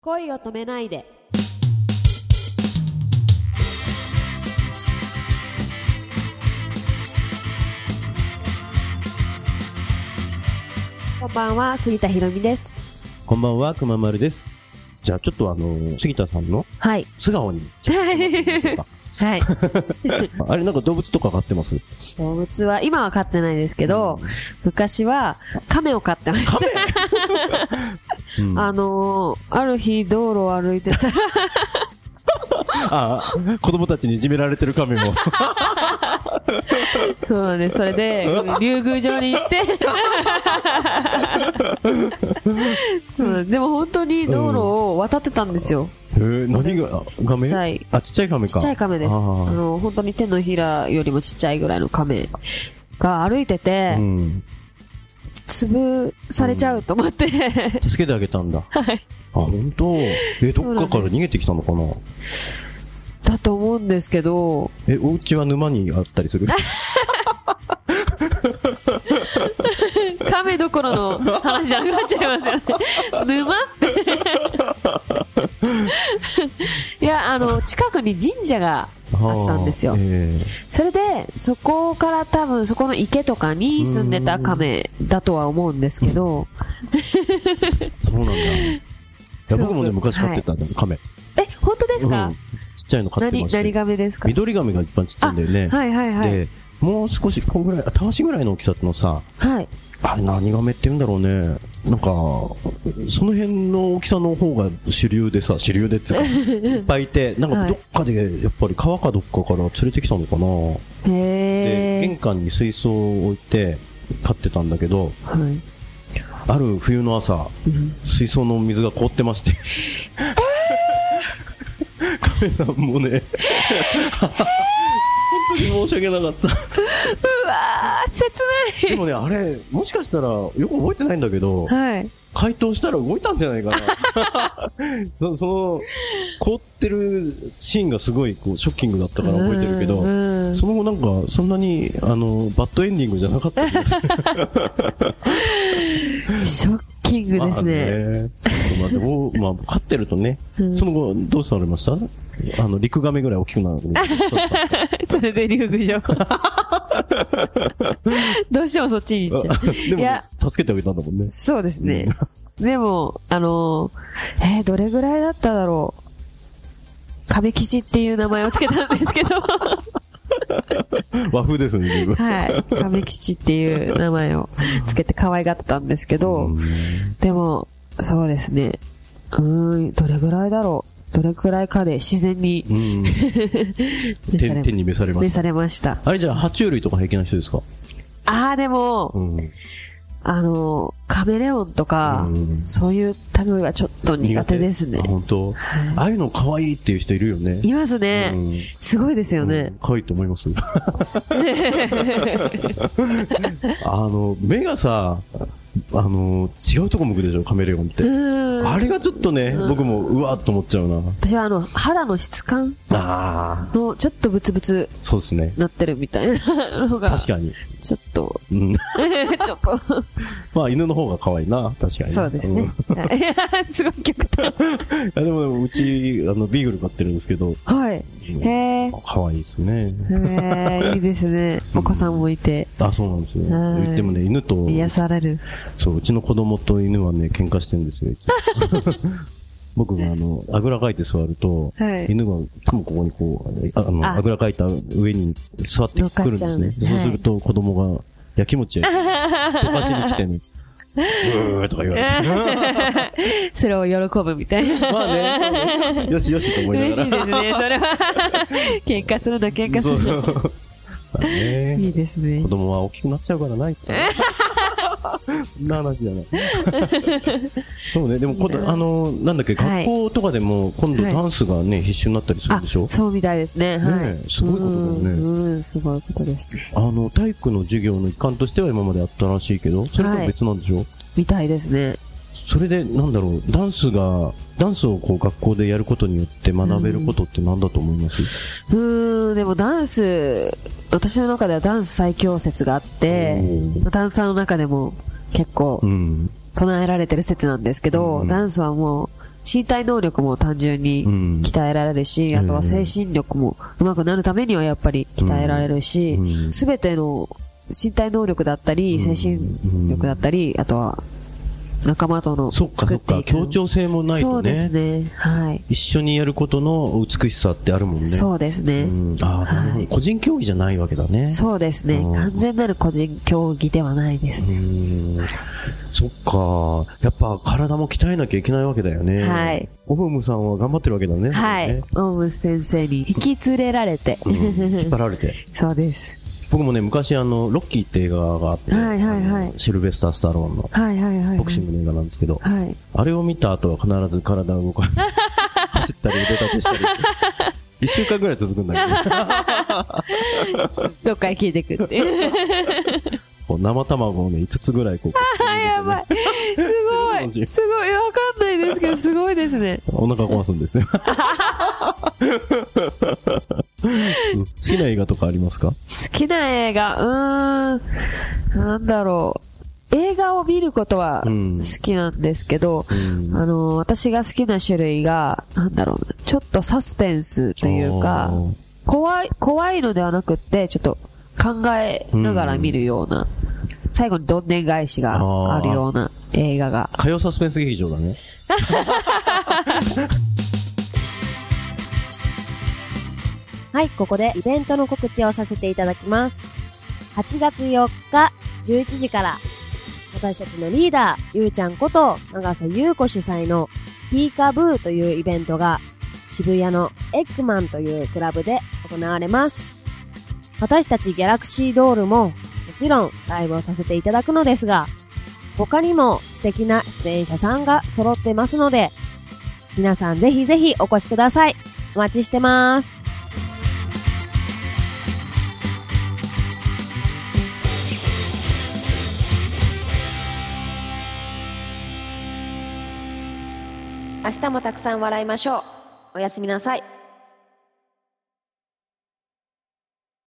恋を止めないでこんばんは杉田ひろみですこんばんは、くままるです。じゃあ、ちょっとあの、杉田さんのはい素顔 に。はいあれ、なんか動物とか飼ってます動物は今は飼ってないですけど、昔は亀を飼ってましたうんああのー、ある日道路を歩いてたらあ、子供たちにいじめられて る亀も。そうだねそれ で竜宮城に行ってうんでも本当に道路を渡ってたんですよ、えー、何が、ち亀っちゃいあ、ちっちゃい亀か。ちっちゃい亀ですああーの本当に手のひらよりもちっちゃいぐらいの亀が歩いてて、うん。潰されちゃうと思 って、助けてあげ たんだ。はい。あ、本当。え、どっかから逃げてきたのかなだと思うんですけどえ、お家は沼にあったりする亀どころの話じゃなくなっちゃいますよね。沼っ て。いや、あの、近くに神社が あったんですよあー。えそれで、そこから多分、そこの池とかに住んでた亀だとは思うんですけど、ーそうなんだ。いそやう僕もね、昔飼ってたんだよ、亀。え、本当ですかうんちっちゃいの飼ってま何、した何よ。亀ですか緑亀が一番ちっちゃいんだよね。はいはいはい。で、もう少し、こんぐらい、たわしぐらいの大きさのさ、はい。あれ何ガメって言うんだろうね。なんか、その辺の大きさの方が主流でさ、主流でってい うか、いっぱいいて、なんはかいどっかで、やっぱり川かどっかから連れてきたのかな。で、へ玄え。関に水槽を置いて飼ってたんだけど、はい。ある冬の朝、水槽の水が凍ってまして。 カメさんもね、 本当に申し訳なかった。あ、切でもね、あれ、もしかしたら、よく覚えてないんだけど、ない。はい。解凍したら動いたんじゃな いかな。そその、凍ってるシーンがすごいこうショッキングだったから覚えてるけど、うんうんその後なんか、そんなに、あの、バッドエンディングじゃなかった気がするショッキングですね。まあね、まあでも、まあ、飼ってるとね、その後、どうされましたあの、陸亀ぐらい大きく なる。それで竜 宮城。どうしてもそっちに行っちゃう。 でも、いや助けてあげたんだもんね。そうですね。 でも、あのーえーどれぐらいだっただろう。亀吉っていう名前をつけたんですけ ど、は和風ですね、自分。い。亀吉っていう名前をつけて可愛がってたんですけど、うんでも、そうですね。うーん、どれぐらいだろう。どれくらいかで自然に うん。召さ手手れに召されま召した。されました。あれじゃあ、爬虫類とか平気な人ですかあー、でも、うん。あの、カメレオンとか、うんそういう類はちょっと苦手ですねあ。本当、ああいうの可愛いっていう人いるよね。いますね、うんすごいですよねうん。可愛いと思 います。あの、目がさ、あの、違うとこ向くでしょ、カメレオンって。うん。あれがちょっとね、僕もうわーっと思っちゃうな。私はあの、肌の質感ああ、の、ちょっとブツブツそうですね。なってるみたいなのが、確ちかに。ょっと、 うん。 ちょっと、まあ、犬の方が可愛いな、確かに。そうですんねい。はいすごい 極端。やでも、でもうち、あの、ビーグル飼ってるんですけど、はい。へえ。可愛いですね。へえ、いいですね。お子さんもいて、あ、そうなんですよ。はい言ってもね、犬と、癒され る。そう、うちの子供と犬はね、喧嘩してるんですよ。いつも 僕があの、あぐらかいて座ると、はい犬がいつもここにこう、ああの、ああぐらかいた上に座ってくるんです乗っかっちゃうね。んですねそうすると子供が、やきもちやき、溶かしに 来てね、うーとか言われて。それを喜ぶみたいな。まあね、よしよしと思いな嬉がしらい。ですね、それは。 喧嘩するの、喧嘩すそうるの。まあねいいですね子。供は大きくなっちゃうからないっつってそんな話じ ゃない。そうね、でも今度、あの、なんだっけ、はい学校とかでも今度はいダンスがね、必修になったりするあでしょそうみたいですね。はい。ねえすごいことだよねうん、うんすごいことですね。あの、体育の授業の一環としては今まであったらしいけど、それとは別なんでしょみたいですね。それで、なんだろう、ダンスが、ダンスをこう学校でやることによって学べることって何だと思いますうーん、でもダンス、私の中ではダンス最強説があってお、ダンサーの中でも結構うん。唱えられてる説なんですけど、うんダンスはもう、身体能力も単純にうん鍛えられるし、あとは精神力も上手くなるためにはやっぱり鍛えられるしうん、すべ、ての身体能力だったり、精神力だったり、あとは仲間とのそっか作そっってかい、く協調性もないそとうですね。ね。はい。一緒にやることの美しさってあるもんね。そうですね。うん、ああ、なるほど。個人競技じゃないわけだね。そうですね。うん完全なる個人競技ではないですうね。ーんそっか。やっぱ体も鍛えなきゃいけないわけだよね。はい。オフムさんは頑張ってるわけだね。はいね。オウム先生に引き連れられて。引っ張られて。 そうです。僕もね、昔あの、ロッキーって映画があって、はいはいはいあのシルベスター・スタローンのはいはいはいはい。ボクシングの映画なんですけど、はい。あれを見た後は必ず体を 動か走ったり腕立てしたり。一週間ぐらい続くんだけ ど、どっかへ聞いて くっていう。こう生卵をね、5つぐらいこう、あ、やばい。すごい。すごい。わかんないですけど、すごいですね。お腹壊すんですね。うん好きな映画とかありますか好きな映画、うーん。なんだろう。映画を見ることはうん好きなんですけど、んあの、私が好きな種類が、なんだろうな、ちょっとサスペンスというか、おー怖い、怖いのではなくって、ちょっと考えながら見るような、最後にどんねん返しがあるような映画が。火曜サスペンス劇場だね。はい、ここでイベントの告知をさせていただきます。8月4日11時から、私たちのリーダー、ゆうちゃんこと長瀬ゆう子主催のピーカブーというイベントが渋谷のエッグマンというクラブで行われます。私たちギャラクシードールももちろんライブをさせていただくのですが、他にも素敵な出演者さんが揃ってますので、皆さんぜひぜひお越しください。お待ちしてます。明日もたくさん笑いましょう。おやすみなさい。